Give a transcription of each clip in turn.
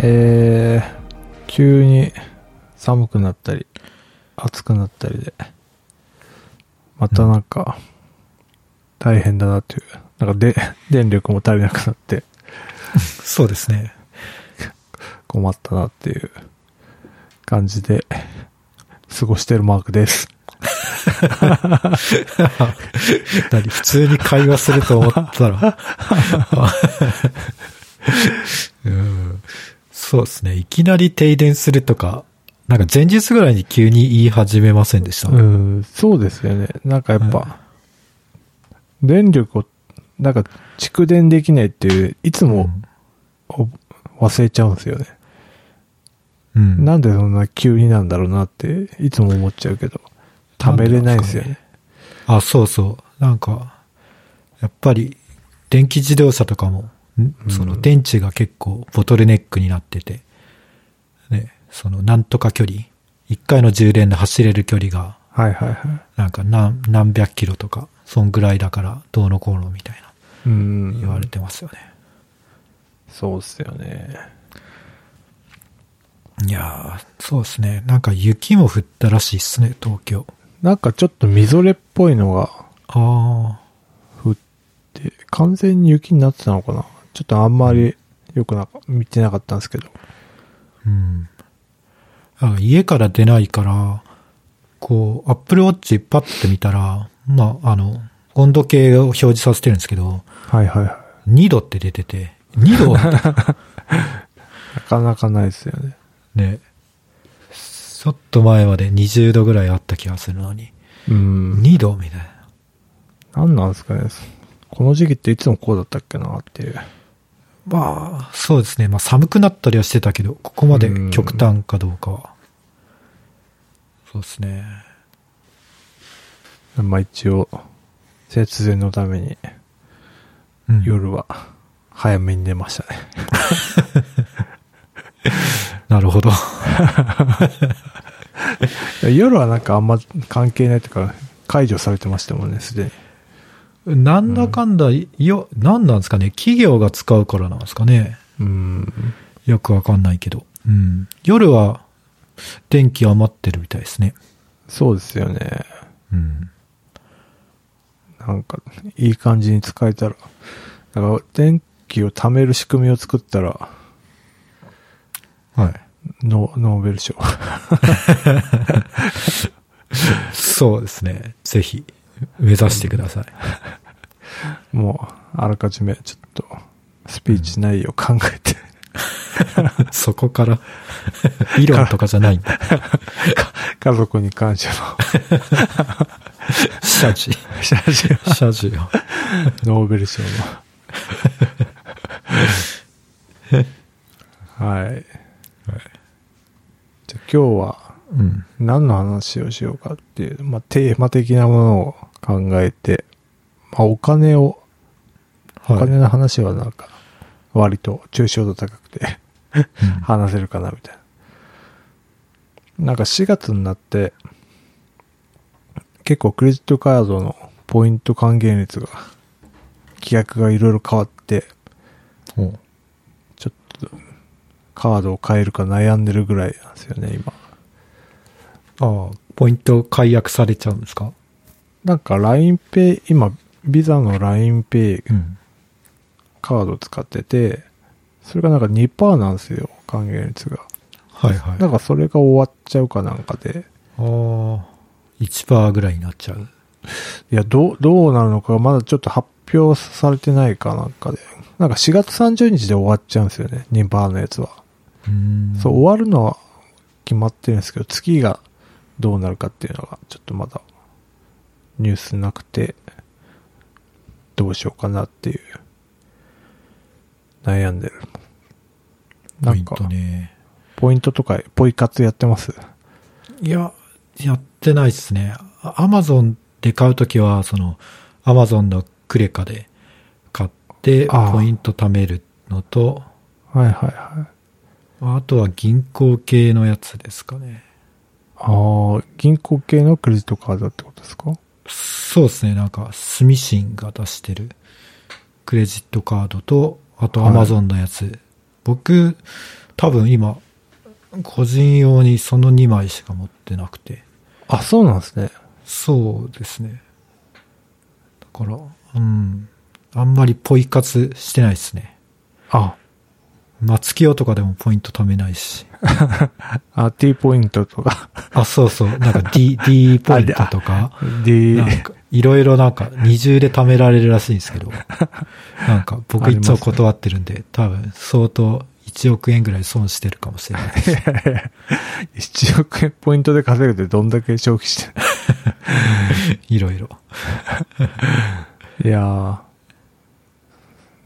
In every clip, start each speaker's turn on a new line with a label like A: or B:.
A: えー、急に寒くなったり、暑くなったりで、またなんか、大変だなっていう。なんかで、 電力も足りなくなって
B: そうですね。
A: 困ったなっていう感じで、過ごしてるマークです。
B: 何普通に会話すると思ったら。うんそうですね。いきなり停電するとか、なんか前日ぐらいに急に言い始めませんでした。
A: うん、そうですよね。なんかやっぱ、電力を、なんか蓄電できないっていう、いつもお忘れちゃうんですよね。
B: うん。
A: なんでそんな急になんだろうなって、いつも思っちゃうけど、貯めれないんですよね。
B: あ、そうそう。なんか、やっぱり、電気自動車とかも、んその電池が結構ボトルネックになってて、ね、そのなんとか距離、一回の充電で走れる距離が、
A: はいはいは
B: なんか何、何百キロとか、そんぐらいだから、どうのこうのみたいな、
A: い。うん。
B: 言われてますよね。
A: そうっすよね。
B: いやー、そうですね。なんか雪も降ったらしいっすね、東京。
A: なんかちょっとみぞれっぽいのが
B: あ
A: 降って、完全に雪になってたのかなちょっとあんまりよくな、見てなかったんですけど。
B: ー、うん。あ家から出ないから、こう、アップルウォッチパッて見たら、まあ、あの、温度計を表示させてるんですけど、
A: はいはいは
B: 2度って出てて、2
A: い。
B: 度
A: なかなかないですよね。
B: ね、 ちょっと前まで20度ぐらいあった気がするのに、
A: うん。
B: 2度みたいな。
A: なんなんですかね。この時期っていつもこうだったっけなっていう。
B: まあ、そうですね。まあ寒くなったりはしてたけど、ここまで極端かどうかは。そうですね。
A: まあ一応、節電のために
B: うん、
A: 夜は早めに寝ましたね。
B: なるほど。
A: 夜はなんかあんま関係ないというか、解除されてましたもんね、すでに。
B: なんだかんだ、よ、なんなんですかね。企業が使うからなんですかね。
A: うん。
B: よくわかんないけど。うん。夜は、電気余ってるみたいですね。
A: そうですよね。
B: うん。
A: なんか、いい感じに使えたら。だから、電気を貯める仕組みを作ったら、
B: はい。
A: ノノーベル賞。
B: そうですね。ぜひ、目指してください。
A: もう、あらかじめ、ちょっと、スピーチ内容考えて、
B: そこ から、理論とかじゃ ないんだ。
A: 家族に感謝
B: 謝 辞。
A: の写真を
B: 謝辞を。
A: ノーベル賞の。はい。じゃあ今日は
B: うん。
A: 何の話をしようかっていう、まあ、テーマ的なものを考えて、まあ、お金を、お
B: はい。
A: 金の話はなんか、割と抽象度高くて
B: うん
A: 話せるかなみたいな。なんか4月になって、結構クレジットカードのポイント還元率が、規約がいろいろ変わって、
B: おう
A: ちょっと、カードを変えるか悩んでるぐらいなんですよね、今。
B: ああ、ポイント解約されちゃうんですか
A: なんか LINEPay、今、ビザの LINEPay
B: うん。
A: カード使ってて、それがなんか2%なんですよ、還元率が。
B: はいはい。
A: な
B: あ
A: んかそれが終わっちゃうかなんかで、
B: あ、1%ぐらいになっちゃう。
A: いや、どう、どうなるのかまだちょっと発表されてないかなんかで、なんか4月30日で終わっちゃうんですよね、2%のやつは。
B: うん
A: そう、終わるのは決まってるんですけど、月がどうなるかっていうのが、ちょっとまだニュースなくて、どうしようかなっていう、悩んでる。な
B: ポイ
A: ん
B: ン
A: か、
B: トね。
A: ポイントとか、ポイ活やってます
B: いや、やってないですね。アマゾンで買うときは、その、アマゾンのクレカで買って、
A: ああ
B: ポイント貯めるのと、
A: はいはいはい。
B: あとは銀行系のやつですかね。
A: ああ、銀行系のクレジットカードってことですか
B: そうですね。なんか、スミシンが出してるクレジットカードと、あと
A: はい
B: アマゾンのやつ。僕、多分今、個人用にその2枚しか持ってなくて。
A: あ、そうなんですね。
B: そうですね。だから、うん。あんまりポイ活してないですね。
A: あ、
B: 松清とかでもポイント貯めないし。
A: あ、T ポイントとか、
B: あ、そうそう。なんか D、D ポイントとか。
A: D、
B: なんか、いろいろなんか、二重で貯められるらしいんです けど、なんか、
A: あ
B: 僕
A: り
B: い
A: ます
B: つ
A: ね
B: も断ってるんで、多分、相当、1億円ぐらい損してるかもし れないです。
A: 1億円ポイントで稼ぐってどんだけ消費してる
B: いろいろ。
A: いやー。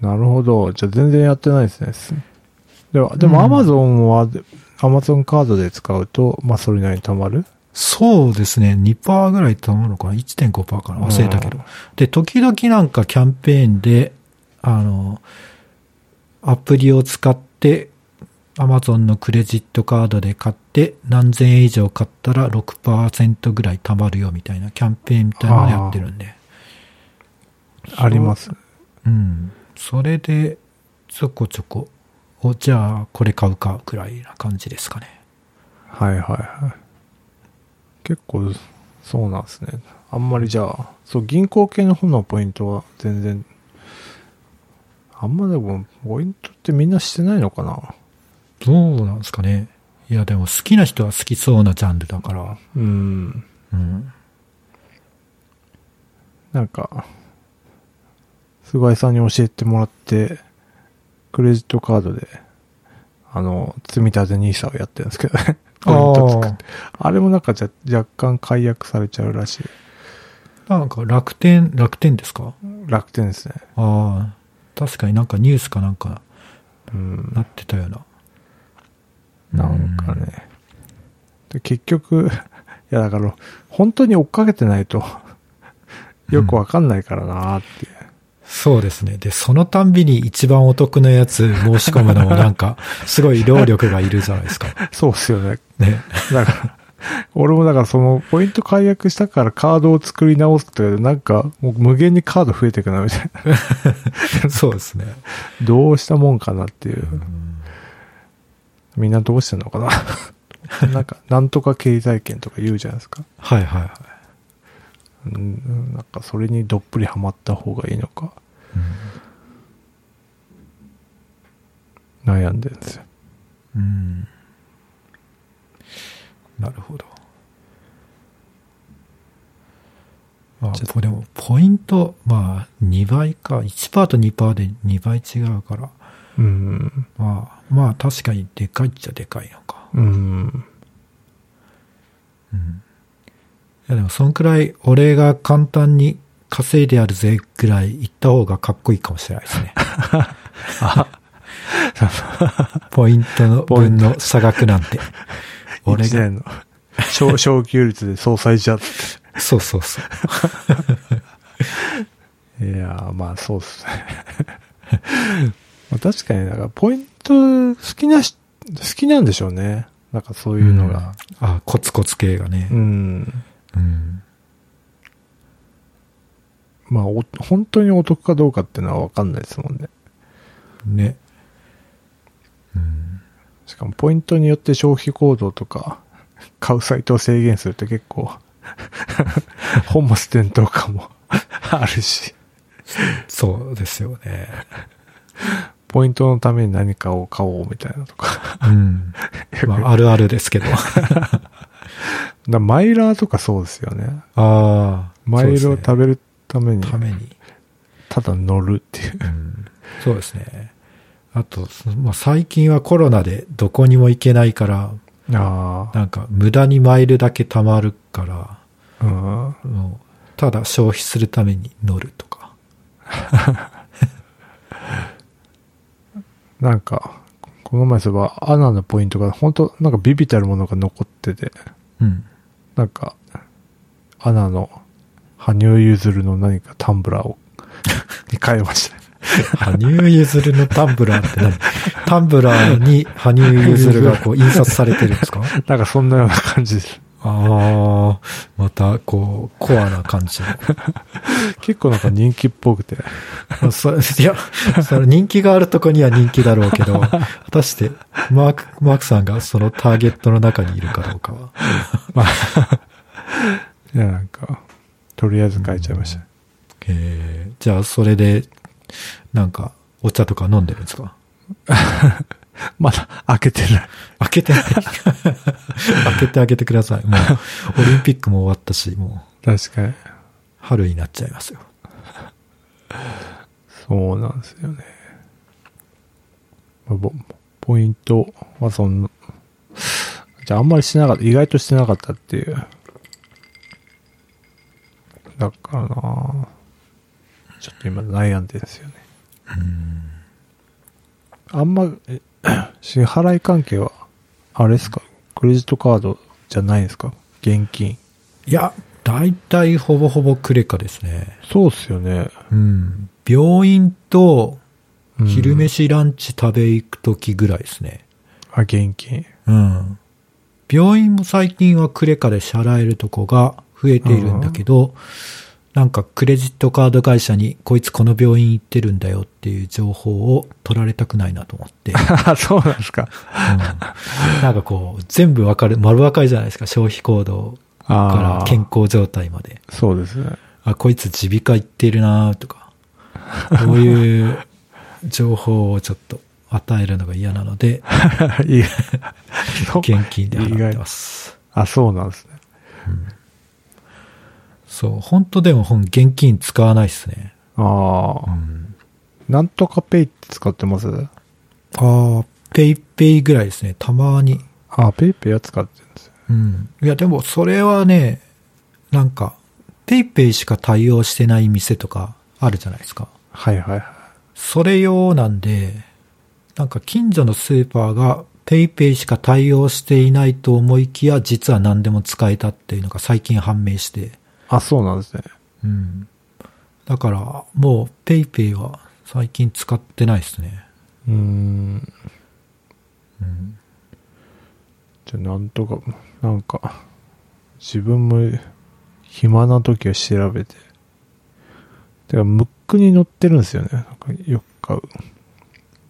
A: なるほど。じゃあ全然やってないですね。すでも、でも
B: うん
A: Amazon は、Amazon カードで使うと、まあそれなりに貯まる
B: そうですね、2%ぐらい貯まるのかな ?1.5% かな忘れたけど。で、時々なんかキャンペーンで、あの、アプリを使って、Amazon のクレジットカードで買って、何千円以上買ったら6%ぐらい貯まるよみたいなキャンペーンみたいなのやってるんで。
A: あります。
B: うん。それで、ちょこちょこ、お、じゃあ、これ買うか、くらいな感じですかね。
A: はいはいはい。結構、そうなんですね。あんまりじゃあ、そう、銀行系の方のポイントは全然、あんまでも、ポイントってみんなしてないのかな
B: どうなんですかね。いや、でも好きな人は好きそうなジャンルだから。
A: うん。
B: うん。
A: なんか、菅井さんに教えてもらって、クレジットカードで、あの、積み立て NISA をやってるんですけどね。ポイント作って。あれもなんかじゃ若干解約されちゃうらしい。
B: なんか楽天、楽天ですか
A: 楽天ですね。
B: ああ、確かになんかニュースかなんか
A: うん。
B: なってたような。
A: なんかね。で結局、い やだから、本当に追っかけてないと、よくわかんないからなーっていう。
B: そうですね。で、そのたんびに一番お得なやつ申し込むのもなん か、すごい労力がいるじゃないですか。
A: そうっすよね。
B: ね。
A: だから、俺もだからそのポイント解約したからカードを作り直すって、なんかもう無限にカード増えていくなみたい な。
B: そうですね。
A: どうしたもんかなっていうう。
B: ん
A: みんなどうしてんの かななんか、なんとか経済圏とか言うじゃないですか。
B: はいはいはい。
A: うん、なんかそれにどっぷりハマった方がいいのか悩んでるんですよ。
B: うん。なるほど。ま
A: ちょっ
B: あ、これも、ポイント、まあ、2倍か、1%と2%で2倍違うから、
A: うん。
B: まあ、まあ、確かにでかいっちゃでかいのか。
A: うん。
B: うん。いや、でも、そんくらい、俺が簡単に稼いでやるぜ、ぐらい言った方がかっこいいかもしれないです ね。ポイントの分の差額なんて。俺
A: 1
B: が、
A: 年の昇昇給率で総裁じゃって。
B: そうそうそう。
A: いやー、まあそうっす ね。まあ確かに、だからポイント好きなし、好きなんでしょうね。なんかそういうのが。
B: うん。あ、コツコツ系がね。
A: うん。
B: うん。
A: まあお、本当にお得かどうかっていうのはわかんないですもんね。
B: ね。うん。
A: しかもポイントによって消費行動とか、買うサイトを制限すると結構、 本末転倒感も あるし、
B: そうですよね。
A: ポイントのために何かを買おうみたいなとか。
B: うん。 まあ、あ るあるですけど。
A: だマイラーとかそうですよね。
B: ああ。
A: マイル
B: そう
A: を
B: ですね
A: 食べるために、
B: ために。
A: ただ乗るって いう。
B: うん。そうですね。あと、そまあ、最近はコロナでどこにも行けないから、
A: あ
B: なんか無駄にマイルだけ貯まるから、
A: あ、うん。
B: もうただ消費するために乗るとか。
A: なんか、この前そういえば、アナのポイントが、本当なんかビビたるものが残ってて、
B: うん。
A: なんか、アナの、羽生結弦の何かタンブラー を、に変えました。
B: 羽生結弦のタンブラーって 何タンブラーに羽生結弦がこう印刷されてるんですか
A: なんかそんなような感じです。
B: あああ、また、こう、コアな感じの。
A: 結構なんか人気っぽくて。
B: まあそ いや、その人気があるとこには人気だろうけど、果たして、マーク、マークさんがそのターゲットの中にいるかどうかは。
A: いや、なんか、とりあえず書いちゃいました。
B: えー、じゃあ、それで、なんか、お茶とか飲んでるんですか
A: まだ開けてない。
B: 開けてない。開けてあげてください。もう、オリンピックも終わったし、もう、
A: 確かに。
B: 春になっちゃいますよ。
A: そうなんですよね。まあぼポイントはそんな、じゃああんまりしてなかった、意外としてなかったっていう。だからなあちょっと今悩んでるんですよね。あんま、え 支払い関係は、あれですかクレジットカードじゃないですか現金。
B: いや、大体ほぼほぼクレカですね。
A: そうっすよね。
B: うん。病院と、
A: うん
B: 昼飯ランチ食べ行くときぐらいですね。
A: あ、現金。
B: うん。病院も最近はクレカで支払えるとこが増えているんだけど、なんかクレジットカード会社にこいつこの病院行ってるんだよっていう情報を取られたくないなと思って、うん、
A: あ、そうなんですか。
B: なんかこう全部わかる、丸わかりじゃないですか、消費行動か
A: あ
B: ら
A: あ、
B: 健康状態まで。
A: そうですね。
B: あ、こいつ耳鼻科行ってるなとか、こういう情報をちょっと与えるのが嫌なので、
A: いや、
B: 現金で払ってます。
A: あ、そうなんですね。
B: そう、本当でも本現金使わないですね。
A: ああ、なんとかペイって使ってます
B: ああ、ペイペイぐらいですね、たまに。
A: あ、ペイペイは使ってるんですよ。
B: うん。いや、でもそれはね、なんか、ペイペイしか対応してない店とかあるじゃないですか。
A: はいはいはい。
B: それ用なんで、なんか近所のスーパーがペイペイしか対応していないと思いきや、実は何でも使えたっていうのが最近判明して。
A: あ、そうなんですね。
B: うん。だから、もうペイペイは最近使ってないですね。
A: うーん。
B: うん。
A: じゃあなんとか、なんか、自分も暇な時は調べて。てか、ムックに載ってるんですよね。なんかよく買う。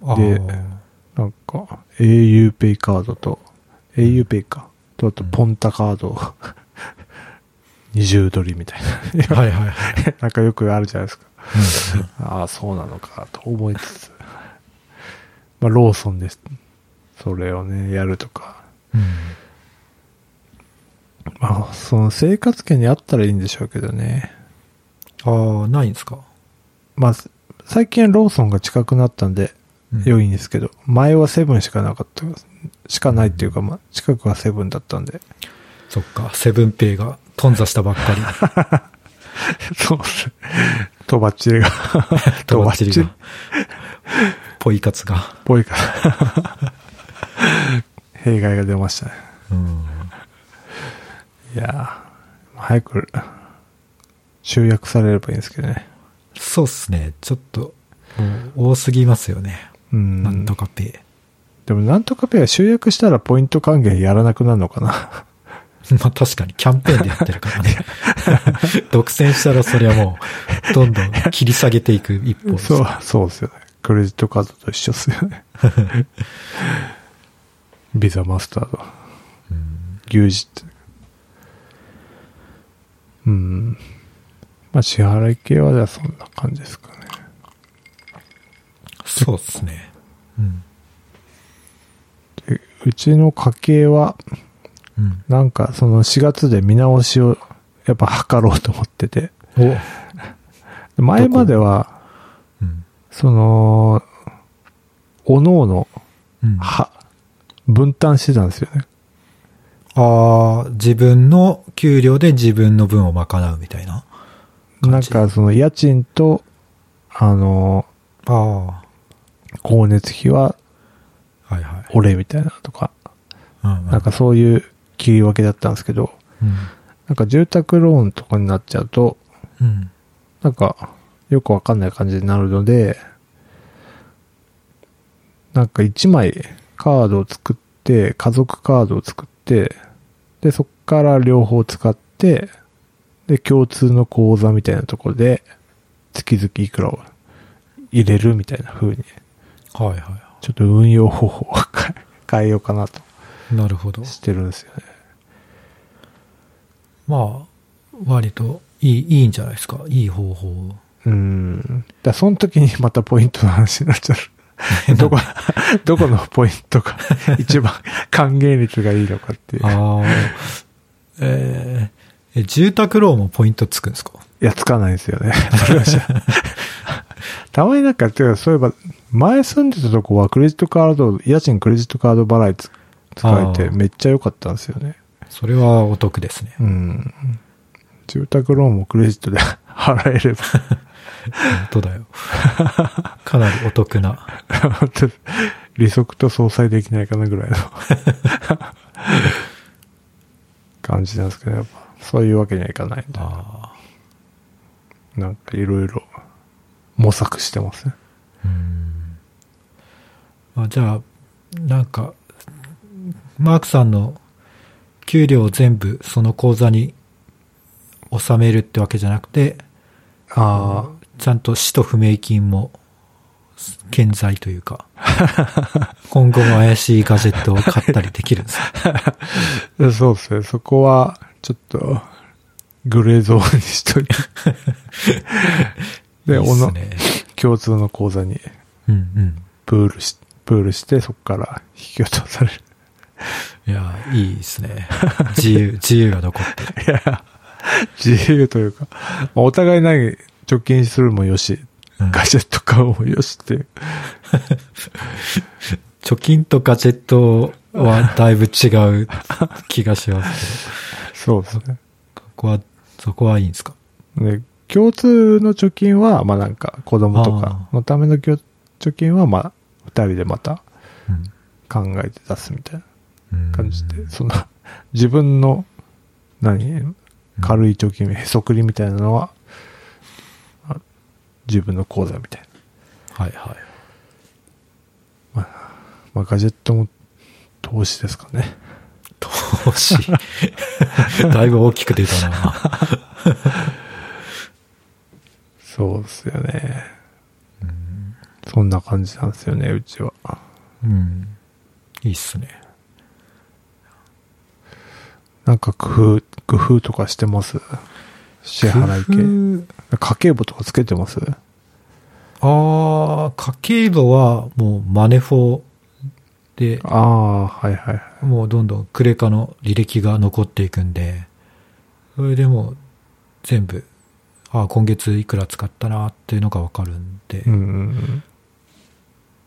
B: あ
A: で
B: ー
A: なんか、au ペイカードと、au ペイか。と、あと、ポンタカード。20ドルみたいな。
B: はいはいはい。
A: なんかよくあるじゃないですか。
B: うん
A: ああ、そうなのか、と思いつ つ。まあ、ローソンです。それをね、やるとか。
B: うん
A: まあ、その生活圏にあったらいいんでしょうけどね。
B: ああ、ないんですか、
A: まあ、最近はローソンが近くなったんで、良いんですけど、前はセブンしかなかった、しかないっていうか、まあ、近くはセブンだったんで。
B: そっか、セブンペイが頓挫したばっかり。
A: そうっす。とばっちりが。
B: とばっちり
A: っ
B: が。ポイ活が。
A: ぽいから。弊害が出ましたね。
B: うん。
A: いやー早く集約されればいいんですけどね。
B: そうっすね。ちょっと、多すぎますよね。
A: うん。
B: なんとかペイ。
A: でもなんとかペア集約したらポイント還元やらなくなるのかな。
B: まあ確かにキャンペーンでやってるから ね。独占したらそれはもう、どんどん切り下げていく一方です。
A: そう、そうですよね。クレジットカードと一緒ですよ ね。ビザマスタード。
B: うん
A: 牛耳って。うん。まあ支払い系はじゃあそんな感じですかね。
B: そうっすね。うん。
A: でうちの家計は、
B: うん。
A: なんかその4月で見直しをやっぱ図ろうと思ってて。
B: お、
A: 前までは、
B: うん。
A: その、おのおの、
B: うん、あ
A: は、分担してたんですよね。
B: あー、自分の給料で自分の分を賄うみたいな。
A: なんか、その、家賃と、あの、
B: ああ。
A: 光熱費は
B: はいはい。
A: 俺みたいなとか、
B: うん
A: なんかそういう切り分けだったんですけど、なんか住宅ローンとかになっちゃうと、
B: うん。
A: なんか、よくわかんない感じになるので、なんか1枚カードを作って、家族カードを作って、で、そっから両方使って、で、共通の口座みたいなところで、月々いくらを入れるみたいな風に、
B: はいは
A: ちょっと運用方法を 変え変えようかなと
B: い。なるほど。
A: してるんですよね。
B: まあ、割といい、いいんじゃないですか。いい方法。
A: うん。だからその時にまたポイントの話になっ ちゃう。どこ、どこのポイントが一番還元率がいいのかっていう。
B: ああ。えーえ、住宅ローンもポイントつくんですか
A: いや、つかないですよね。それは 知らんたまになんか、てかそういえば、前住んでたとこはクレジットカード、家賃クレジットカード払いつ使え
B: あ
A: て
B: ー
A: めっちゃ良かったんですよね。
B: それはお得ですね。
A: うん。住宅ローンもクレジットで 払えれば、
B: 本当だよ。 かなりお得な。
A: 本当に利息と相殺できないかなぐらいの感じなんですけど、やっぱ、そういうわけにはいかないんで、
B: あ
A: なんかいろいろ模索してますね。
B: あ。うん。まあ、じゃあ、なんか、マークさんの給料を全部その口座に納めるってわけじゃなくて、
A: ああ、
B: ちゃんと使途不明金も健在というか、 今後も怪しいガジェットを買ったりできるんですか
A: でそうですね。そこは、ちょっと、グレーゾーンにしと いて。 で、
B: いい
A: お
B: っす
A: の、
B: ね。
A: 共通の口座に
B: うんうん。
A: プールし、プールして、そこから引き落とされる。
B: いや、いいですね。自 由、自由が残ってる。
A: いや、 自由というか、まあお互い何、貯金するもよし、
B: うん
A: ガジェット買うもよしっていう。
B: 貯金とガジェットはだいぶ違う気がします
A: そうですね。
B: けど、ここは、そこはいいんですか
A: で、共通の貯金は、まあなんか、子供とかのための共貯金は、まあ、二人でまた考えて出すみたいな。
B: うん
A: 感じで、その、自分の、何、軽い貯金、へそくりみたいなのは、あ自分の口座みたいな。
B: はいはい。
A: まあ、ガジェットも投資ですかね。
B: 投資。だいぶ大きく出たな。
A: そうですよね。そんな感じなんですよね、うちは。
B: うん。いいっすね。
A: なんか工夫、工夫とかしてます支払い
B: 工夫
A: 系。家計簿とかつけてます
B: ああ、家計簿はもうマネフォで、
A: ああ、はいはい。
B: もうどんどんクレカの履歴が残っていくんで、それでもう全部、ああ、今月いくら使ったなっていうのがわかるんで、
A: うんうん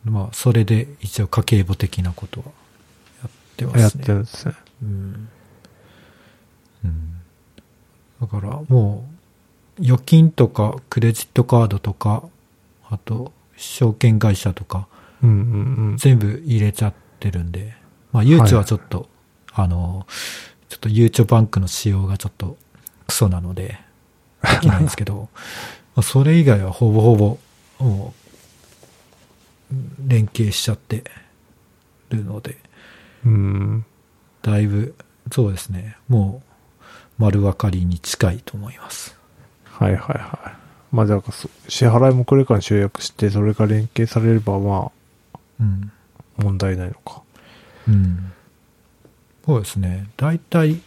A: うん。
B: まあ、それで一応家計簿的なことはやってますね。
A: やってるんですね。
B: うん。うん。だからもう、預金とかクレジットカードとか、あと、証券会社とか、
A: うんうんうん。
B: 全部入れちゃってるんで、まあ、ゆうちょはちょっと、あの、ちょっとゆうちょバンクの仕様がちょっとクソなので、できないんですけど、 まあそれ以外はほぼほぼ、もう、うん連携しちゃってるので、
A: うん。
B: だいぶ、そうですね、もう、丸分かりに近いと思います。
A: はいはいはい。まあだからそ支払いもクレカに集約して、それが連携されればま
B: うん。
A: あ問題ないのか。
B: うん。そうですね。大体、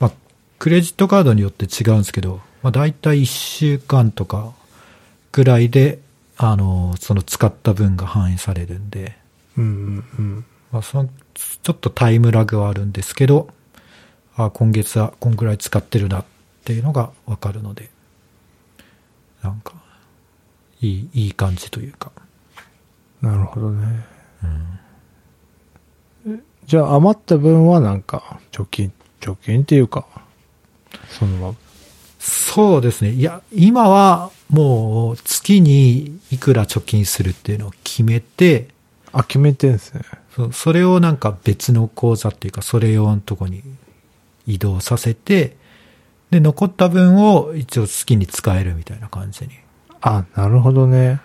B: まあ、クレジットカードによって違うんですけど、まあ、大体1週間とかぐらいで、あの、その使った分が反映されるんで、
A: うんうん
B: まあ、そのちょっとタイムラグはあるんですけど、あ今月はこんぐらい使ってるなっていうのがわかるので、なんか、いい、いい感じというか。
A: うん。なるほどね。じゃあ余った分はなんか貯金、貯金っていうか、そのまま。
B: そうですね。いや、今はもう月にいくら貯金するっていうのを決めて、
A: あ、決めてんですね。
B: そそれをなんか別の口座っていうか、それ用のとこに移動させて、で、残った分を一応好きに使えるみたいな感じに。
A: あ、なるほどね。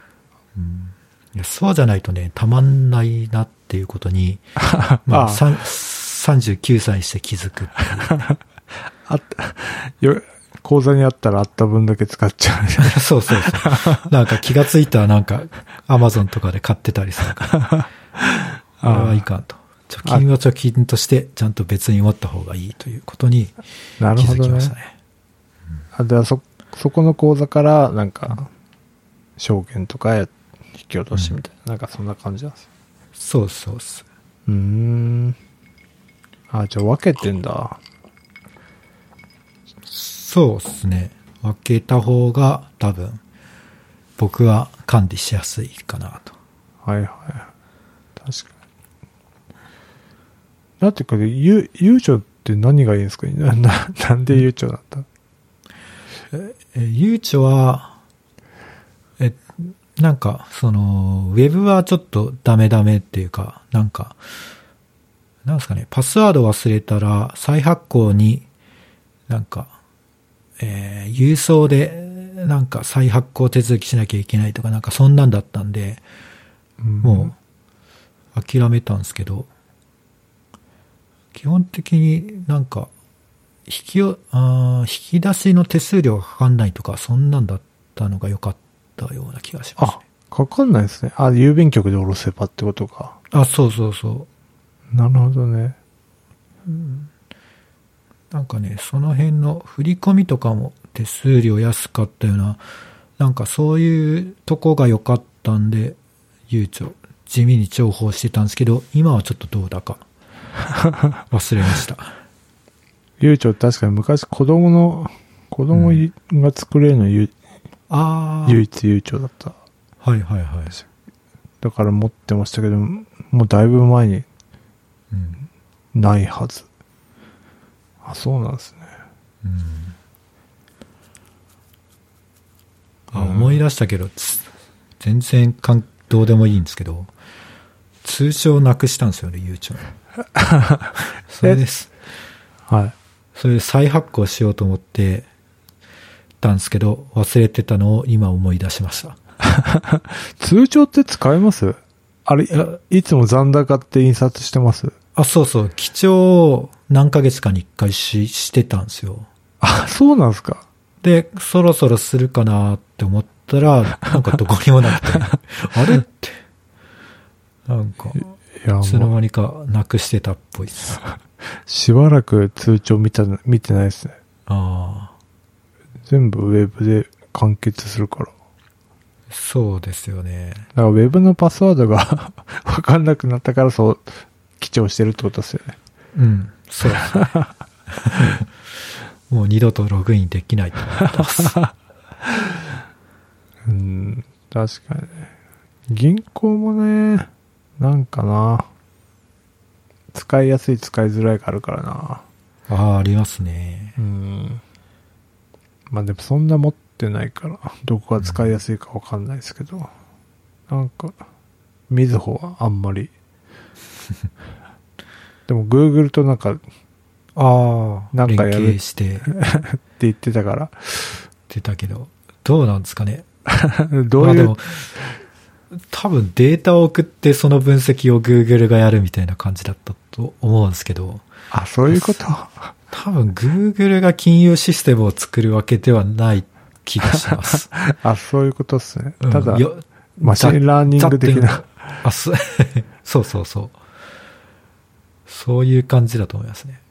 B: いやそうじゃないとね、たまんないな っていうことに、まあ、
A: あ
B: さん39歳して気づくっていう。
A: よ、口座にあったらあった分だけ使っ ちゃうみたいな。
B: そうそうそう。なんか気がついたらなんか、アマゾンとかで買ってたりす るから。これはいかんと。貯金は貯金として、ちゃんと別に持った方がいいということに
A: なる
B: 気
A: ほ
B: づ
A: ど
B: きま
A: ね
B: し。たね。
A: あ、ではそ、そこの口座から、なんか、証券とかや引き落としみたいな、なんかそんな感じなんですよ。
B: そうそうそう。
A: うーん。あ、じゃあ分けてんだ。
B: そうっすね。分けた方が多分、僕は管理しやすいかなと。
A: はいはい。確かに。だってこれ、ゆ、ゆうちょって何がいいんですか な、な、なんでゆうちょだった
B: えー、ゆうちょは、え、なんか、その、ウェブはちょっとダメダメっていうか、なんか、なんですかね、パスワード忘れたら再発行に、なんか、えー郵送で、なんか再発行手続きしなきゃいけないとか、なんかそんなんだったんで、もう、諦めたんですけど、基本的になんか、引きよあー引き出しの手数料がかかんないとか、そんなんだったのが良かったような気がします、
A: あ、かかんないですね。あ、郵便局で下ろせばってことか。
B: あ、そうそうそ
A: なるほどね。
B: う。なんかね、その辺の振り込みとかも手数料安かったような、なんかそういうとこが良かったんで、ゆうちょ、地味に重宝してたんですけど、今はちょっとどう だか、忘れました。
A: ゆうちょ確かに昔子供の、子供いが作れるのゆ、
B: あ
A: 唯
B: ー、
A: 一ゆうちょだった。
B: はいはいはい。
A: だから持ってましたけど、もうだいぶ前に
B: うん
A: ないはず。あ、そうなんですね。
B: あ
A: うん
B: 思い出したけど、つ全然かんどうでもいいんですけど、通帳なくしたんですよね、ゆう ちょの。それです。
A: はい。
B: それで再発行しようと思ってたんですけど、忘れてたのを今思い出しました。
A: 通帳って使えますあれ、いいつも残高って印刷してます
B: あ、そうそう、基調を何ヶ月かに一回ししてたんですよ。
A: あ、そうなんですか。
B: で、そろそろするかなって思ったら、なんかどこにもなく て、あれって。なんか、い
A: いや、
B: つの
A: もう、
B: 間にかなくしてたっぽいっす。あ
A: しばらく通帳見た、見てないですね。
B: あ、
A: 全部ウェブで完結するから。だ
B: そうですよね。
A: からウェブのパスワードが わかんなくなったからそう、記帳してるってことですよね。
B: うん、 そうですね。もう二度とログインできないと思って ます。
A: うん、確かにね。銀行もね、なんかな。使いやすい、使いづらいがあるからな。
B: ああ、ありますね。
A: うん。まあでもそんな持ってないから、どこが使いやすいかわかんないですけど。なんか、みずほはあんまり。 でも Google となんかって
B: ああ、
A: なん
B: 連
A: かやる
B: 携して
A: 言ってたから、
B: 出たけど、どうなんですかね。
A: ど
B: ま
A: う
B: あ
A: い
B: で
A: う
B: も、多分データを送ってその分析を Google がやるみたいな感じだったと思うんですけど、
A: あ、そういうこと。
B: 多分 Google が金融システムを作るわけではない気が します。
A: あ、そういうことっすね。
B: うん
A: ただ、
B: よ
A: マシンラーニング的
B: ざっ
A: な。
B: とあ、そ そうそうそう。そういう感じだと思いますね。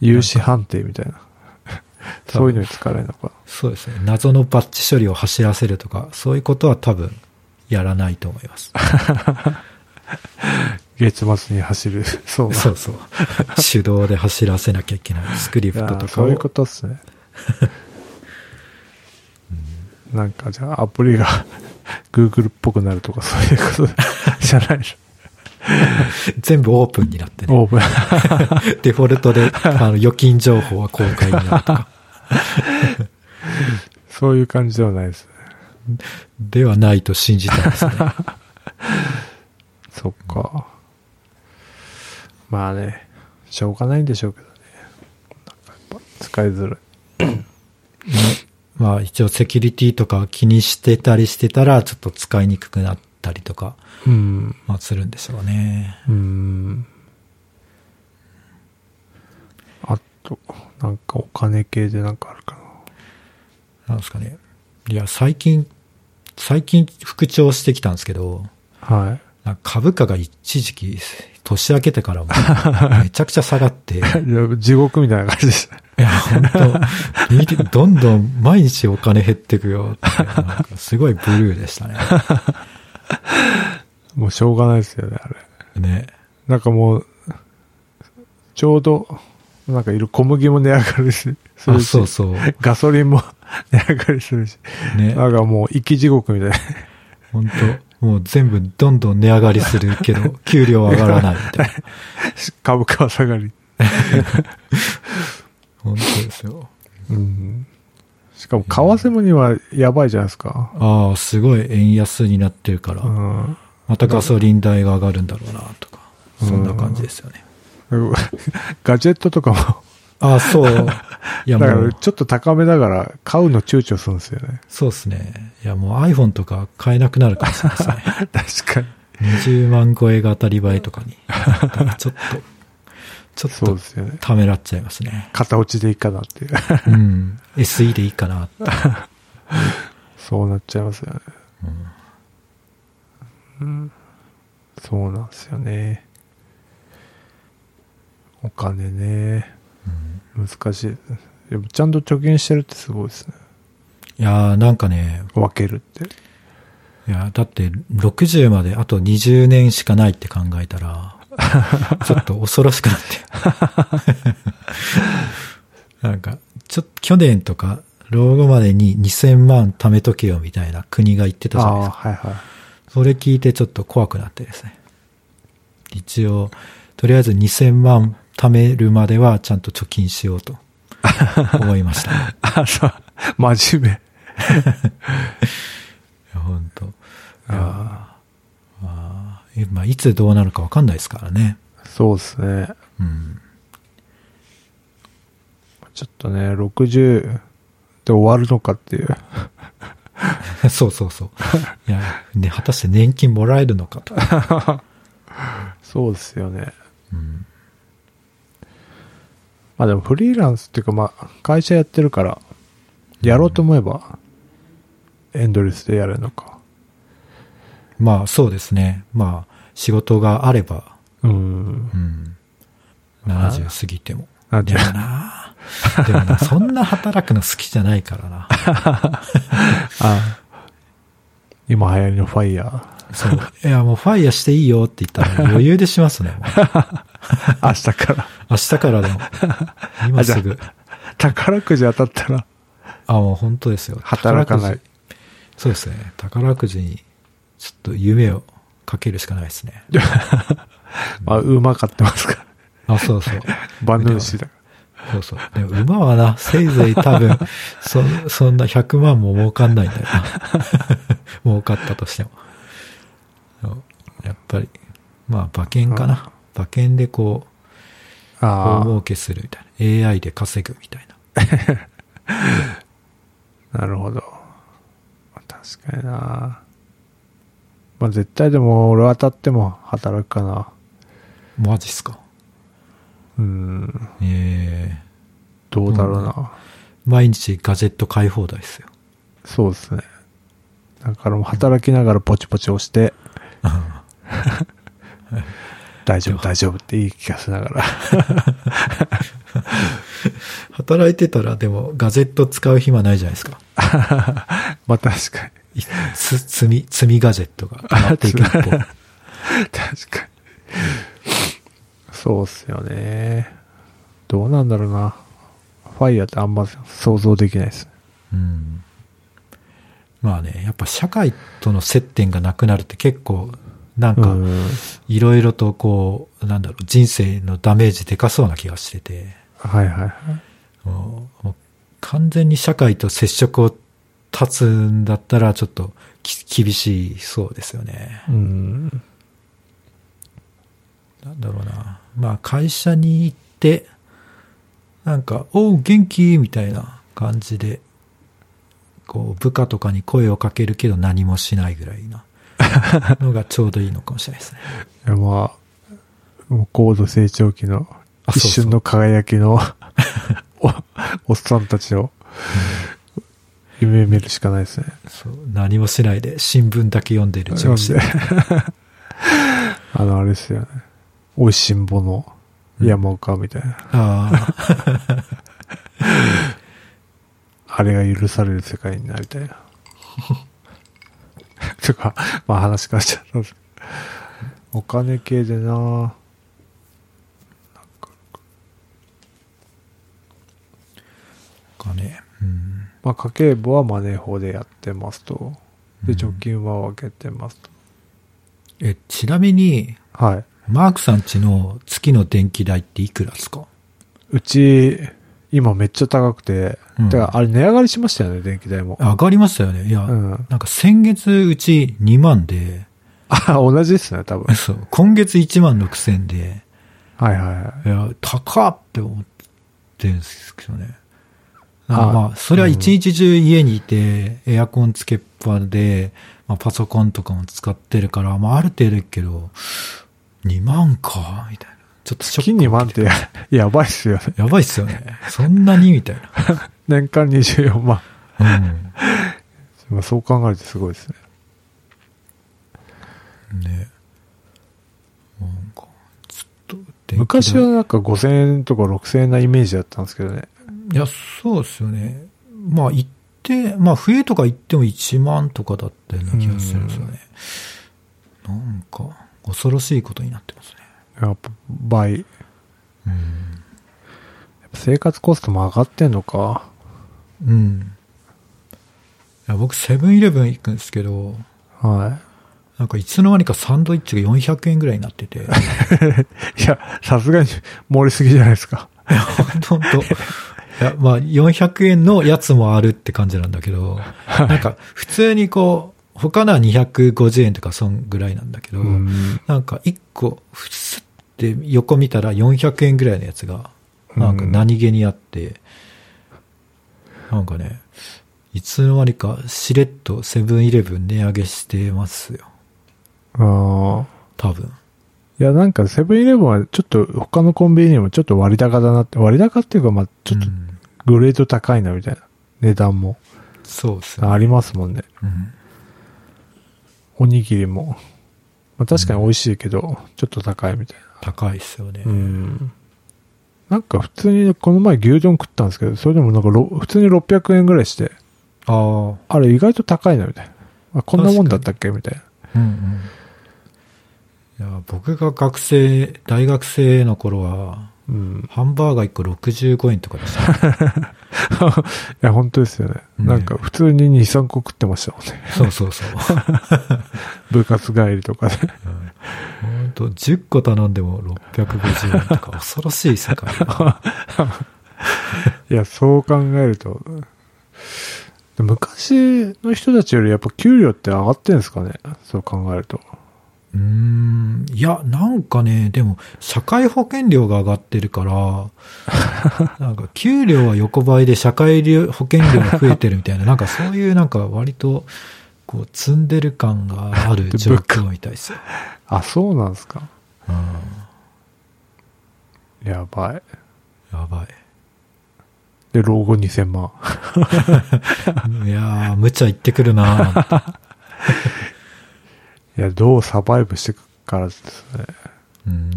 A: 有志判定みたい な。そういうのに使われるのか。
B: そうですね。謎のバッチ処理を走らせるとか、そういうことは多分やらないと思 います。
A: 月末に走る。そうな
B: そうそう。手動で走らせなきゃいけないスクリ
A: い
B: プ
A: や
B: ト
A: ー
B: とか
A: そういうこ
B: を。
A: とっ すね。なんかじゃあアプリが Google っぽくなるとかそういうこと じゃないでし
B: 全部オープンになって
A: ょ。
B: ね。
A: オープン。
B: デフォルトで、あの、預金情報は公開になるとか、
A: そういう感じではないですね。
B: ではないと信じたいですね。
A: そっか。まあね、しょうがないんでしょうけどね。なんかやっぱ使いづらい。
B: まあ一応セキュリティとか気にしてたりしてたら、ちょっと使いにくくなったりとか、
A: うん。
B: まあするんでしょうね。
A: うん。あと、なんか、金系でなんかあるかな。
B: なんですかね。いや、最近、最近復調してきたんですけど、
A: はい。
B: なんか株価が一時期、年明けてからも、 めちゃくちゃ下がって、い
A: 地獄みたいな感じでした。
B: や、本当見てどんどん毎日お金減ってくよって、なんかすごいブルーでしたね。
A: もうしょうがないですよね、あれ。
B: ね。
A: なんかもう、ちょうど、なんかいる小麦も値上がりするし、
B: あ そうそう。
A: ガソリンも値上がりするし、
B: ね。
A: なんかもう生き地獄みたいな。
B: 本当もう全部どんどん値上がりするけど、給料は上がらないみたい な。
A: 株価は下がり。
B: 本当ですよ。
A: うん。しかも、為替もにはやばいじゃないですか。
B: ああ、すごい円安になってるから、
A: うん。
B: またガソリン代が上がるんだろうな、とか。そんな感じですよね。
A: ガジェットとかも、
B: あ あ、そう。いや、
A: だか
B: もう
A: ら、ちょっと高めだから、買うの躊躇するんですよね。
B: そうですね。いや、もう iPhone とか買えなくなるかもしれない ですね。
A: 確かに。
B: 20万超えが当たり前とかに。ちょっと、ち
A: そう
B: ょっ
A: で
B: と、
A: すよね。
B: ためらっちゃいますね。
A: 片落ちでいいかなっていう。
B: うん。SE でいいかなって。
A: そうなっちゃいますよね。そうなんですよね。お金ね。難しい。でもちゃんと貯金してるってすごいですね。
B: いやー、なんかね、
A: 分けるって。
B: いや、だって60まであと20年しかないって考え たら、ちょっと恐ろしくなって。 なんか、ちょっと去年とか、老後までに2000万貯めとけよみたいな国が言ってたじゃないで
A: ああー、
B: すか。
A: はいはい。
B: それ聞いてちょっと怖くなってですね。一応、とりあえず2000万貯めるまではちゃんと貯金しようと思いま した。い
A: あ、そう。真面目。
B: や本当。
A: あ
B: まあえまあ、いつどうなるかわかんないですからね。
A: あ、そうですね。
B: うん。
A: ちょっとね、60で終わるのかっていう。
B: そうそう そう。いや、ね、果たして年金もらえるのかと。
A: そうですよね。
B: うん、
A: まあでもフリーランスっていうかまあ会社やってるから、やろうと思えば、エンドレスでやれるのか。
B: まあ、そうですね。まあ、仕事があれば、
A: うん。
B: うん、70過ぎても。
A: あじ
B: でも
A: ゃ
B: な、でも な、そんな働くの好きじゃないからな。
A: あ今流行りのファイヤー。
B: そう。いや、もうファイヤーしていいよって言ったら余裕でしま すね。もう
A: 明日から。
B: 明日からでも。今すぐ。
A: 宝くじ当たったら、
B: あ、もう本当ですよ。
A: 働かない
B: 宝くじ。そうですね。宝くじに、ちょっと夢をかけるしかないですね。
A: まあ、馬買ってますから。
B: あ、そうそう。
A: 馬主だか
B: そうそう。でも馬はな、せいぜい多分、そ、そんな100万も儲かんないんだよな。 儲かったとしても。そうやっぱり、まあ馬券かな。馬券でこう、
A: ら。
B: 大
A: あ
B: 儲けするみたいな。AI で稼ぐみたいな。
A: あ、なるほど。確かにな。まあ絶対でも俺当たっても働くかな。
B: マジっすか。
A: うん。
B: ええ
A: どうだろうな。
B: 毎日ガジェット買い放題っすよ。
A: そうですね。だからもう働きながらポチポチ押して、大丈夫大丈夫って言い聞かせながら。
B: 働いてたらでもガジェット使う暇ないじゃないですか。
A: まあ確かに。
B: いつ積み、積みガジェットが溜まっていく一方。
A: 確かに。そうっすよね。どうなんだろうな。ファイヤーってあんま想像できないですね。
B: うんまあね、やっぱ社会との接点がなくなるって結構、なん
A: う
B: か、
A: ん。
B: いろいろとこう、なんだろう、人生のダメージでかそうな気がしてて、
A: はいはい。
B: もうもう完全に社会と接触を断つんだったら、ちょっとき厳しいそうですよね。
A: うん。
B: なんだろうな。まあ、会社に行って、なんか、おう、元気みたいな感じで、こう、部下とかに声をかけるけど何もしないぐらいなのがちょうどいいのかもしれないですね。
A: いやまあ、もう高度成長期の
B: あそうそ
A: 一
B: う
A: 瞬の輝きのおおっさんたちを、夢見るしかないですね。
B: そう何もしないで新聞だけ読んでる調子
A: なんであの、あれですよね。おいしんぼの山岡みたいな。
B: ああ
A: あれが許される世界になりたい な。とか、まあ話変わっちゃったんですけどお金系でななんか
B: かね、うん、
A: まあ家計簿はマネー法でやってますと。で、
B: うん
A: 貯金は分けてますと。
B: えちなみに
A: はい。
B: マークさんちの月の電気代っていくらですか
A: うち、今めっちゃ高くて、
B: うん
A: てかあれ値上がりしましたよね、電気代も。
B: 上がりましたよねいや、
A: うん。
B: なんか先月うち2万で
A: あ、同じですね、多分。
B: そう今月1万6千で
A: はいはいはい。
B: いや高っって思ってるんですけどねなんか
A: あ
B: まあそれは
A: うん
B: 一日中家にいて、エアコンつけっぱで、まあ、パソコンとかも使ってるから、まあ、ある程度いくけど2万かみたいなちょっとショック
A: 月2万ってややばいっすよね。
B: やばいっすよね。そんなにみたい
A: 年間24万。
B: な。
A: まあそう考えるとすごいですね。
B: うん。ね。なんか、ちょっと、電気代
A: 昔はなんか5000円とか6000円なイメージだったんですけどね。
B: いや、そうっすよね。まあ、行って、まあ、冬とか行っても1万とかだったような気がするんですよね。なんか、恐ろしいことになってますね。
A: やっぱ倍。やっ
B: うん。
A: ぱ生活コストも上がってんのか。
B: うん。いや、僕、セブンイレブン行くんですけど、
A: は
B: なんかいつの間にかサンドイッチが400円ぐらいになって て。
A: い。 いや、さすがに盛りすぎじゃないですか。
B: 本当。いや、まあ、400円のやつもあるって感じなんだけど、なんか、普通にこう、他のは250円とか、そんぐらいなんだけど、
A: うん。
B: なんか、1個、ふすって横見たら400円ぐらいのやつが、なんか、
A: うん
B: 何気にあって、なんかね、いつの間にか、しれっとセブンイレブン値上げしてますよ。
A: ああ。
B: 多分。
A: いや、なんかセブンイレブンはちょっと他のコンビニにもちょっと割高だなって、割高っていうかまあちょっと
B: うん
A: グレード高いなみたいな値段も
B: そうっすね。
A: ありますもんね。
B: うん
A: おにぎりも。まあ確かに美味しいけど、ちょっと高いみたいな。
B: 高いっすよね。
A: うんなんか普通にこの前牛丼食ったんですけど、それでもなんかろ普通に600円ぐらいして、
B: ああ。
A: あれ意外と高いなみたいな。あこんなもんだったっけみたいな。
B: うんうん、いや僕が学生大学生の頃は
A: うん。
B: ハンバーガー1個65円とかでした
A: いや、本当ですよね。
B: ね
A: なんか普通に2、3個食ってましたもんね。
B: そうそうそう、
A: 部活帰りとかで。
B: うん、ほんと10個頼んでも650円とか恐ろしい世界 だ
A: いや、そう考えると。で昔の人たちよりやっぱ給料って上がってんですかねそう考えると。
B: うーんいやなんかねでも社会保険料が上がってるから なんか給料は横ばいで社会保険料が増えてるみたいななんかそういうなんか割とこう積んでる感が ある状況みたいですよ
A: あ、そうなんですか。
B: うん
A: やばい。
B: やばい。
A: で、老後2000万。
B: いやー、無茶言ってくるなー
A: いや、どうサバイブしていくからですね。
B: うん。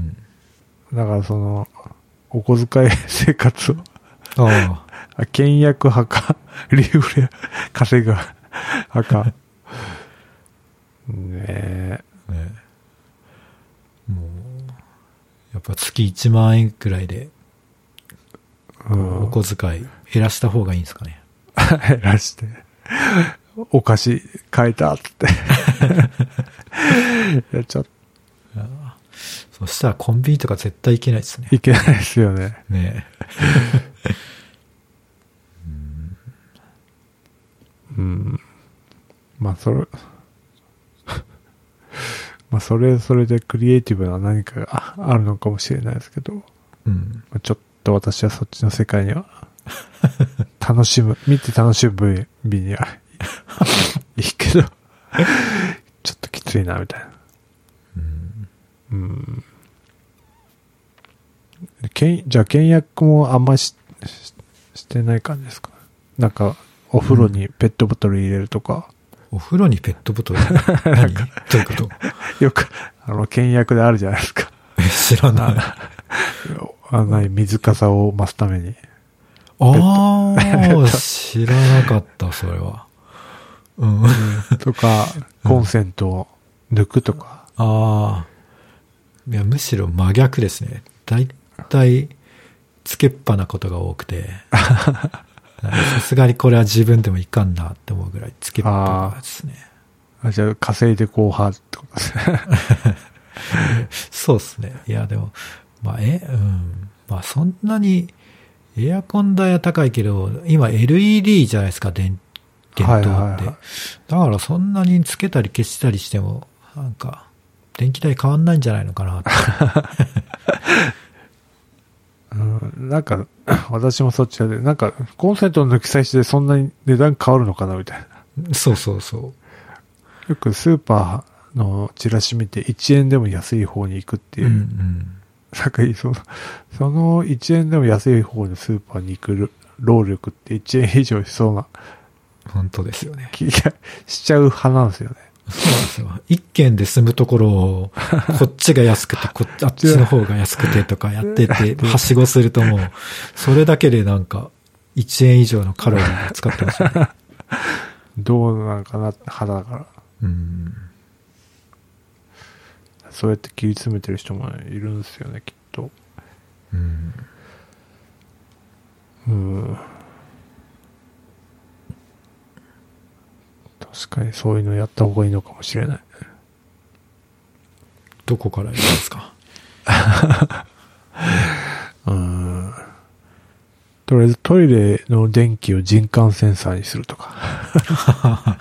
A: だからその、お小遣い 生活を、
B: あ
A: あ倹約派か、 リフレ、稼ぐ派か。ねえ。
B: あ、ねもう、やっぱ月1万円くらいで、
A: う
B: お
A: ん。
B: 小遣い減らした方がいいんですかね。
A: 減らして、お菓子買えたっつって。いや、ちょっと
B: そしたらコンビニとか絶対行けないですね。
A: いけないですよね。
B: ね
A: うん。まあ、それ、まあ、それ、それでクリエイティブな何かがあるのかもしれないですけど。
B: うん。
A: まあちょっと私はそっちの世界には、 楽しむ、見て楽しむ分美には、 いいけど、ちょっときついな、みたいな。
B: うん。
A: うん。けんじゃあ、倹約もあんましししてない感じですかなんか、お風呂にペットボトル入れるとか、
B: お風呂にペットボトル何どういうこと
A: よく、あの、倹約であるじゃないですか。
B: 知らない。あ
A: あの、ない水かさを増すために。
B: あー、知らなかった、それは。うん。あ
A: とか、コンセントを抜くとか。
B: あー。いや、むしろ真逆ですね。だいたい、つけっぱなことが多くて。さすがにこれは自分でもいかんなって思うぐらいつけっぱなですね。
A: あじゃあ、稼いでこうはってことですね。
B: そうですね。いや、でも、まあ、え、うん。まあ、そんなに、エアコン代は高いけど、今 LED じゃないですか、電、電灯って。
A: はいはいはい
B: だからそんなにつけたり消したりしても、なんか、電気代変わんないんじゃないのかなって。
A: うん、なんか、 私もそっちで、なんか、コンセントの抜き差しでそんなに値段変わるのかなみたいな。
B: そうそうそう。
A: よくスーパーのチラシ見て1円でも安い方に行くっていうう。
B: んうん。
A: なんかその、その1円でも安い方のスーパーに行く労力って1円以上しそうな
B: 本当ですよね。
A: 気がしちゃう派なんですよね。
B: そうなんですよ。 一軒で住むところを、こっちが安 くて、こっち、あっちの方が安くてとかやってて、はしごするともう、それだけでなんか、1円以上のカロリーを使って ますよね。
A: どうなんかな、派だか
B: うん。
A: ら。そうやって切り詰めてる人もいるんですよね、きっと。
B: うん。
A: うん。確かにそういうのやった方がいいのかもしれない。
B: どこからやりま すか
A: うん。とりあえずトイレの電気を人感センサーにするとか。
B: あ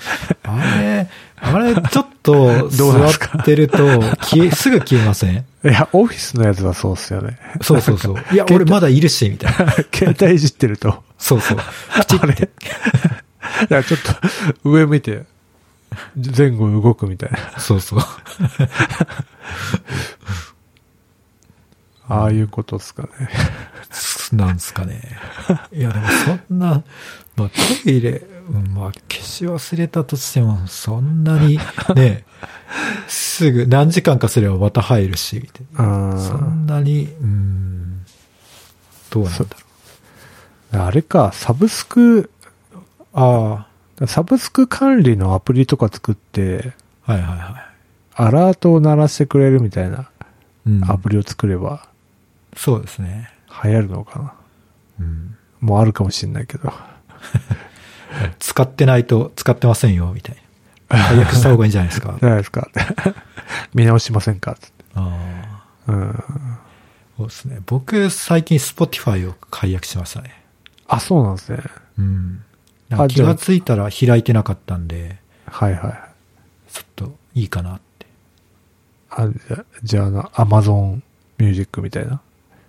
B: れ、あれ、ちょっと、
A: どうなんです
B: 座ってると、消え、すぐ消えません
A: いや、オフィスのやつはそうっすよね。
B: そうそうそう。いや、俺まだいるし、みたいな。
A: 携帯いじってると。
B: そうそう。プチ
A: あ
B: っ
A: れ
B: て。
A: いや、ちょっと、上見て、前後動くみたいな。
B: そうそう。
A: ああいうことっすかね。
B: なんすかね。いや、でもそん な、まあ、トイレ、うんまあ、消し忘れたとしても、そんなに、ね、すぐ何時間かすればまた入るし、みたいなそ
A: あ
B: んなに、うん、どうなんだろう。
A: あれか、サブスク、
B: あ
A: サブスク管理のアプリとか作って、
B: あ、はいはいは。
A: アラートを鳴らしてくれるみたいない
B: うん、
A: アプリを作れば
B: そうですね。
A: 流行るのかな。
B: うん、
A: もうあるかもしれないけど。
B: 使ってないと、使ってませんよ、みたいな。解約した方がいいんじゃないですか
A: じ。ゃないですか。 見直しませんかつって。
B: ああ、
A: うん。
B: そうですね。僕、最近 Spotify を解約しましたね。
A: あ、そうなんですね。
B: うん。
A: あ
B: なんか気
A: じゃあ
B: がついたら開いてなかったんで、
A: はいはい。
B: ちょっといいかなって。
A: あじゃあじゃあな、アマゾンミュージックみたいな。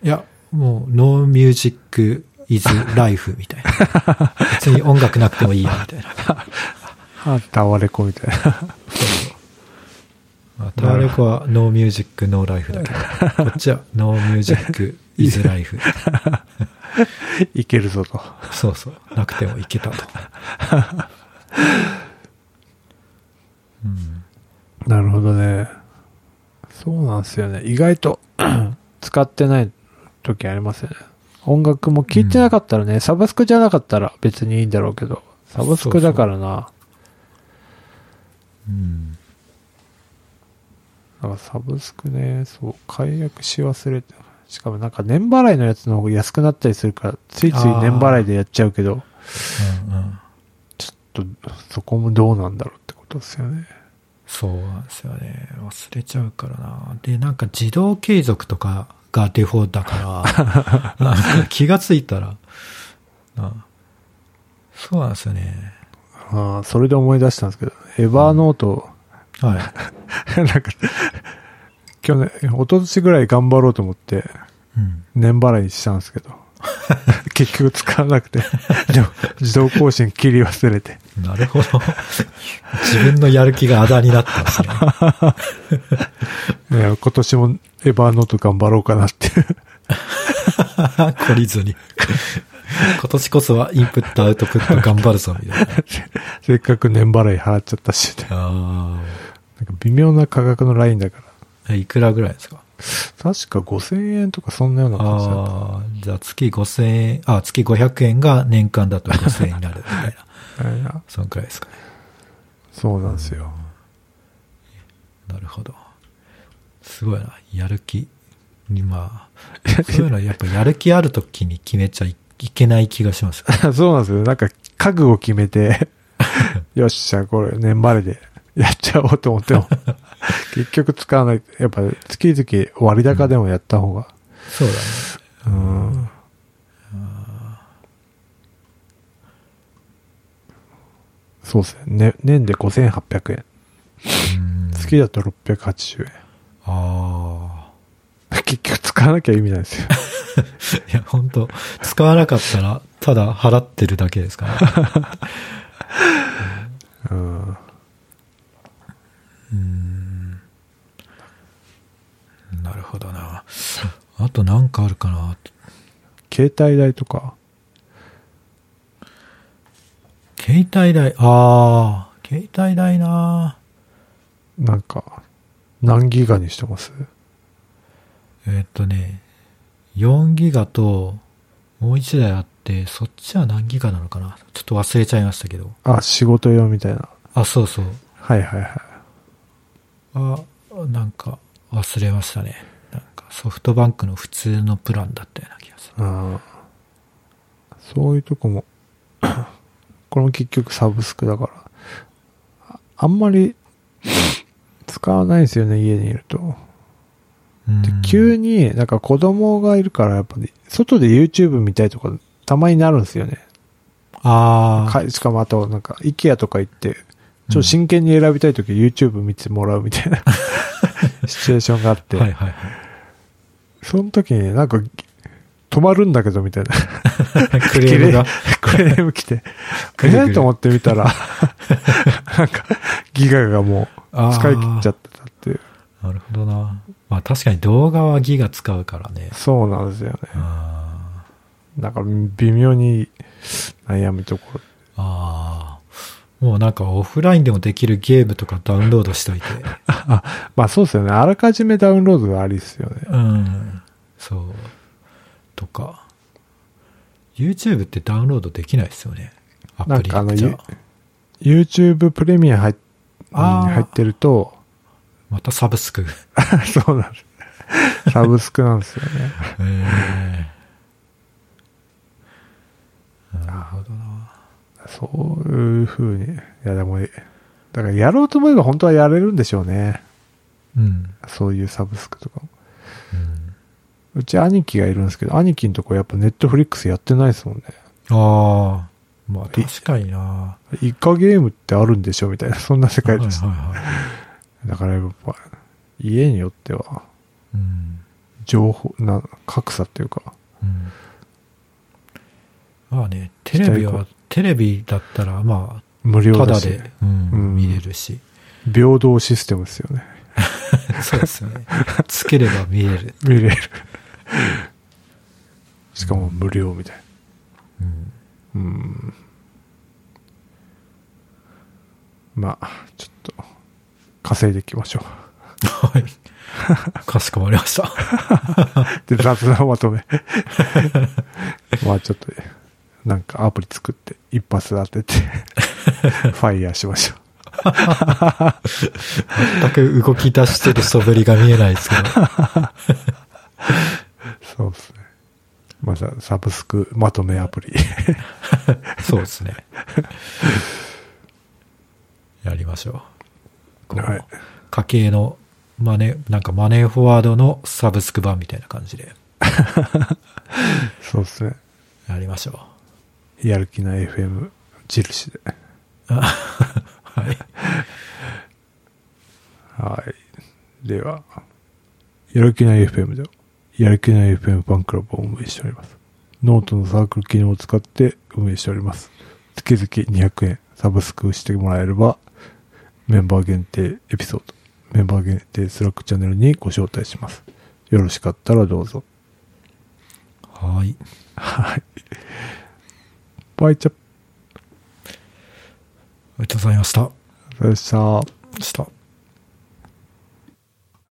B: いや、もう、No Music is Life みたいな。 別に音楽なくてもいいや、みたいな。
A: あ、タワレコみたい な。
B: まあ、タワレコは No Music, No Life だけど、こっちは No Music is Life。
A: いけるぞと。
B: そうそう。なくてもいけたと。うん。
A: なるほどね。そうなんですよね。意外と 使ってない時ありますよね。音楽も聴いてなかったらね、サブスクじゃなかったら別にいいんだろうけど、サブスクだからな。
B: うん。
A: なんかサブスクね、そう、解約し忘れて。しかもなんか年払いのやつの方が安くなったりするから、ついつい年払いでやっちゃうけど、
B: うんうん。
A: ちょっとそこもどうなんだろうってことですよね。
B: そうなんですよね。忘れちゃうからな。で、なんか自動継続とかがデフォだ から、なんか気がついたら、なそうなんですよね。
A: ああ、それで思い出したんですけど、エバーノート、
B: はい。
A: なんか、去年、一昨年ぐらい頑張ろうと思って、
B: うん。
A: 年払いにしたんですけど、 結局使わなくて、でも自動更新切り忘れて。
B: なるほど。自分のやる気があだになったんです ね。
A: いや今年もエバーノート頑張ろうかなっていう。
B: 懲りずに。今年こそはインプットアウトプット頑張るぞ、みたいな。
A: せっかく年払い払っちゃったし、ね、
B: あ
A: なんか微妙な価格のラインだから。
B: あ。いくらぐらいですか
A: 確か5000円とかそんなような感じだった。
B: ああ、じゃあ月5000円、あ、月500円が年間だと5000円になるみたいな。
A: みたいな
B: そのくらいですかね。
A: そうなんですよ。
B: なるほど。すごいな。やる気。まあ、そういうのはやっぱやる気あるときに決めちゃいいけない気がします。
A: そうなんですよ。なんか、覚悟を決めて、よっしゃ、これ、年まででやっちゃおうと思っても、結局使わない。やっぱ、月々割高でもやった方が。
B: そうだね。
A: うん。そうですねね。年で5800円。
B: うん
A: 月だと680円。
B: あ
A: 結局使わなきゃ意味ないですよ。
B: あ。いや、本当使わなかったら、ただ払ってるだけですか
A: う
B: ら、
A: ん。
B: なるほどな。あとなんかあるかな。
A: 携帯代とか。
B: 携帯代、ああ、携帯代な。
A: なんか、何ギガにしてます
B: えーっとね、4ギガと、もう1台あって、そっちは何ギガなのかなちょっと忘れちゃいましたけど。
A: あ、仕事用みたいな。
B: あ、そうそう。
A: はいはいはい。
B: あ、なんか忘れましたね。なんかソフトバンクの普通のプランだったような気がする。
A: うん。そういうとこも、 これも結局サブスクだから。ああんまり使わないんですよね、家にいると。で
B: うん
A: 急に、なんか子供がいるから、やっぱり、外で YouTube 見たいとか、たまになるんですよね。
B: ああ、
A: かしかもあと、なんか、IKEA とか行って、ちょっと真剣に選びたいとき YouTube 見てもらうみたい な、シチュエーションがあって、
B: はいはいはい。
A: その時になんか、止まるんだけどみたい な。
B: クレームが。
A: クレーム来て、
B: くるくる
A: えーと思ってみた ら、なんか、ギガがも
B: あ
A: う、
B: ー
A: 使い切っちゃってたっていう。
B: なるほどな。まあ確かに動画はギガ使うからね。
A: そうなんですよね。
B: あ
A: なんか、微妙に悩むところ。
B: ーあー。もうなんかオフラインでもできるゲームとかダウンロードしといて。
A: あ、まあそうですよね。あらかじめダウンロードがありですよね。
B: うん。そう。とか。YouTube ってダウンロードできないですよね。アプリ
A: なんかあの
B: じゃ
A: ゆ YouTube プレミア入っに
B: あー
A: 入ってると、
B: またサブスク。
A: そうなんです。サブスクなんですよね。
B: ええなるほどな。
A: そういうふうに。いや、でも、だからやろうと思えば本当はやれるんでしょうね。
B: うん。
A: そういうサブスクとかも。
B: うん
A: うち兄貴がいるんですけど、兄貴のとこやっぱネットフリックスやってないですもんね。
B: ああ。まあ確かにな。
A: イカゲームってあるんでしょみたいな、 そんな世
B: はい
A: 界
B: はい
A: です。
B: は
A: だからやっぱ、家によっては、
B: い。うん。
A: 情報、な、格差っていうか、
B: うん。まあね、テレビ
A: 期待
B: は、テレビだったらま
A: 無
B: あ、
A: 料
B: た
A: だ
B: だ
A: し、
B: で、うん
A: うん
B: 見れるし。
A: 平等システムですよね。
B: そうですよね。つければ 見れる。
A: 見れる。 しかも無料みたい
B: うん。
A: な。うん。まあ、ちょっと、稼いでいきましょ
B: はい。かしこまりました。
A: う。 で、雑なま とめ。まあちょっと、なんかアプリ作って、一発当 てて、ファイヤーしましょう。
B: 全く動き出してる素振りが見えないですけ ど。
A: そうですね。まずはサブスクまとめアプリ。
B: そうですね。やりましょう。こう
A: はい
B: 家計のマネ、なんかマネーフォワードのサブスク版みたいな感じで
A: そうですね。
B: やりましょう。
A: やる気ない FM 印で。
B: はい。
A: はい。では、やる気ない FM では、やる気ない FM ファンクラブを運営しております。ノートのサークル機能を使って運営しております。月々200円サブスクしてもらえれば、メンバー限定エピソード、メンバー限定スラックチャンネルにご招待します。よろしかったらどうぞ。
B: はい。
A: はい。バイチャッ
B: ありがとうございました。
A: プでした。
B: した。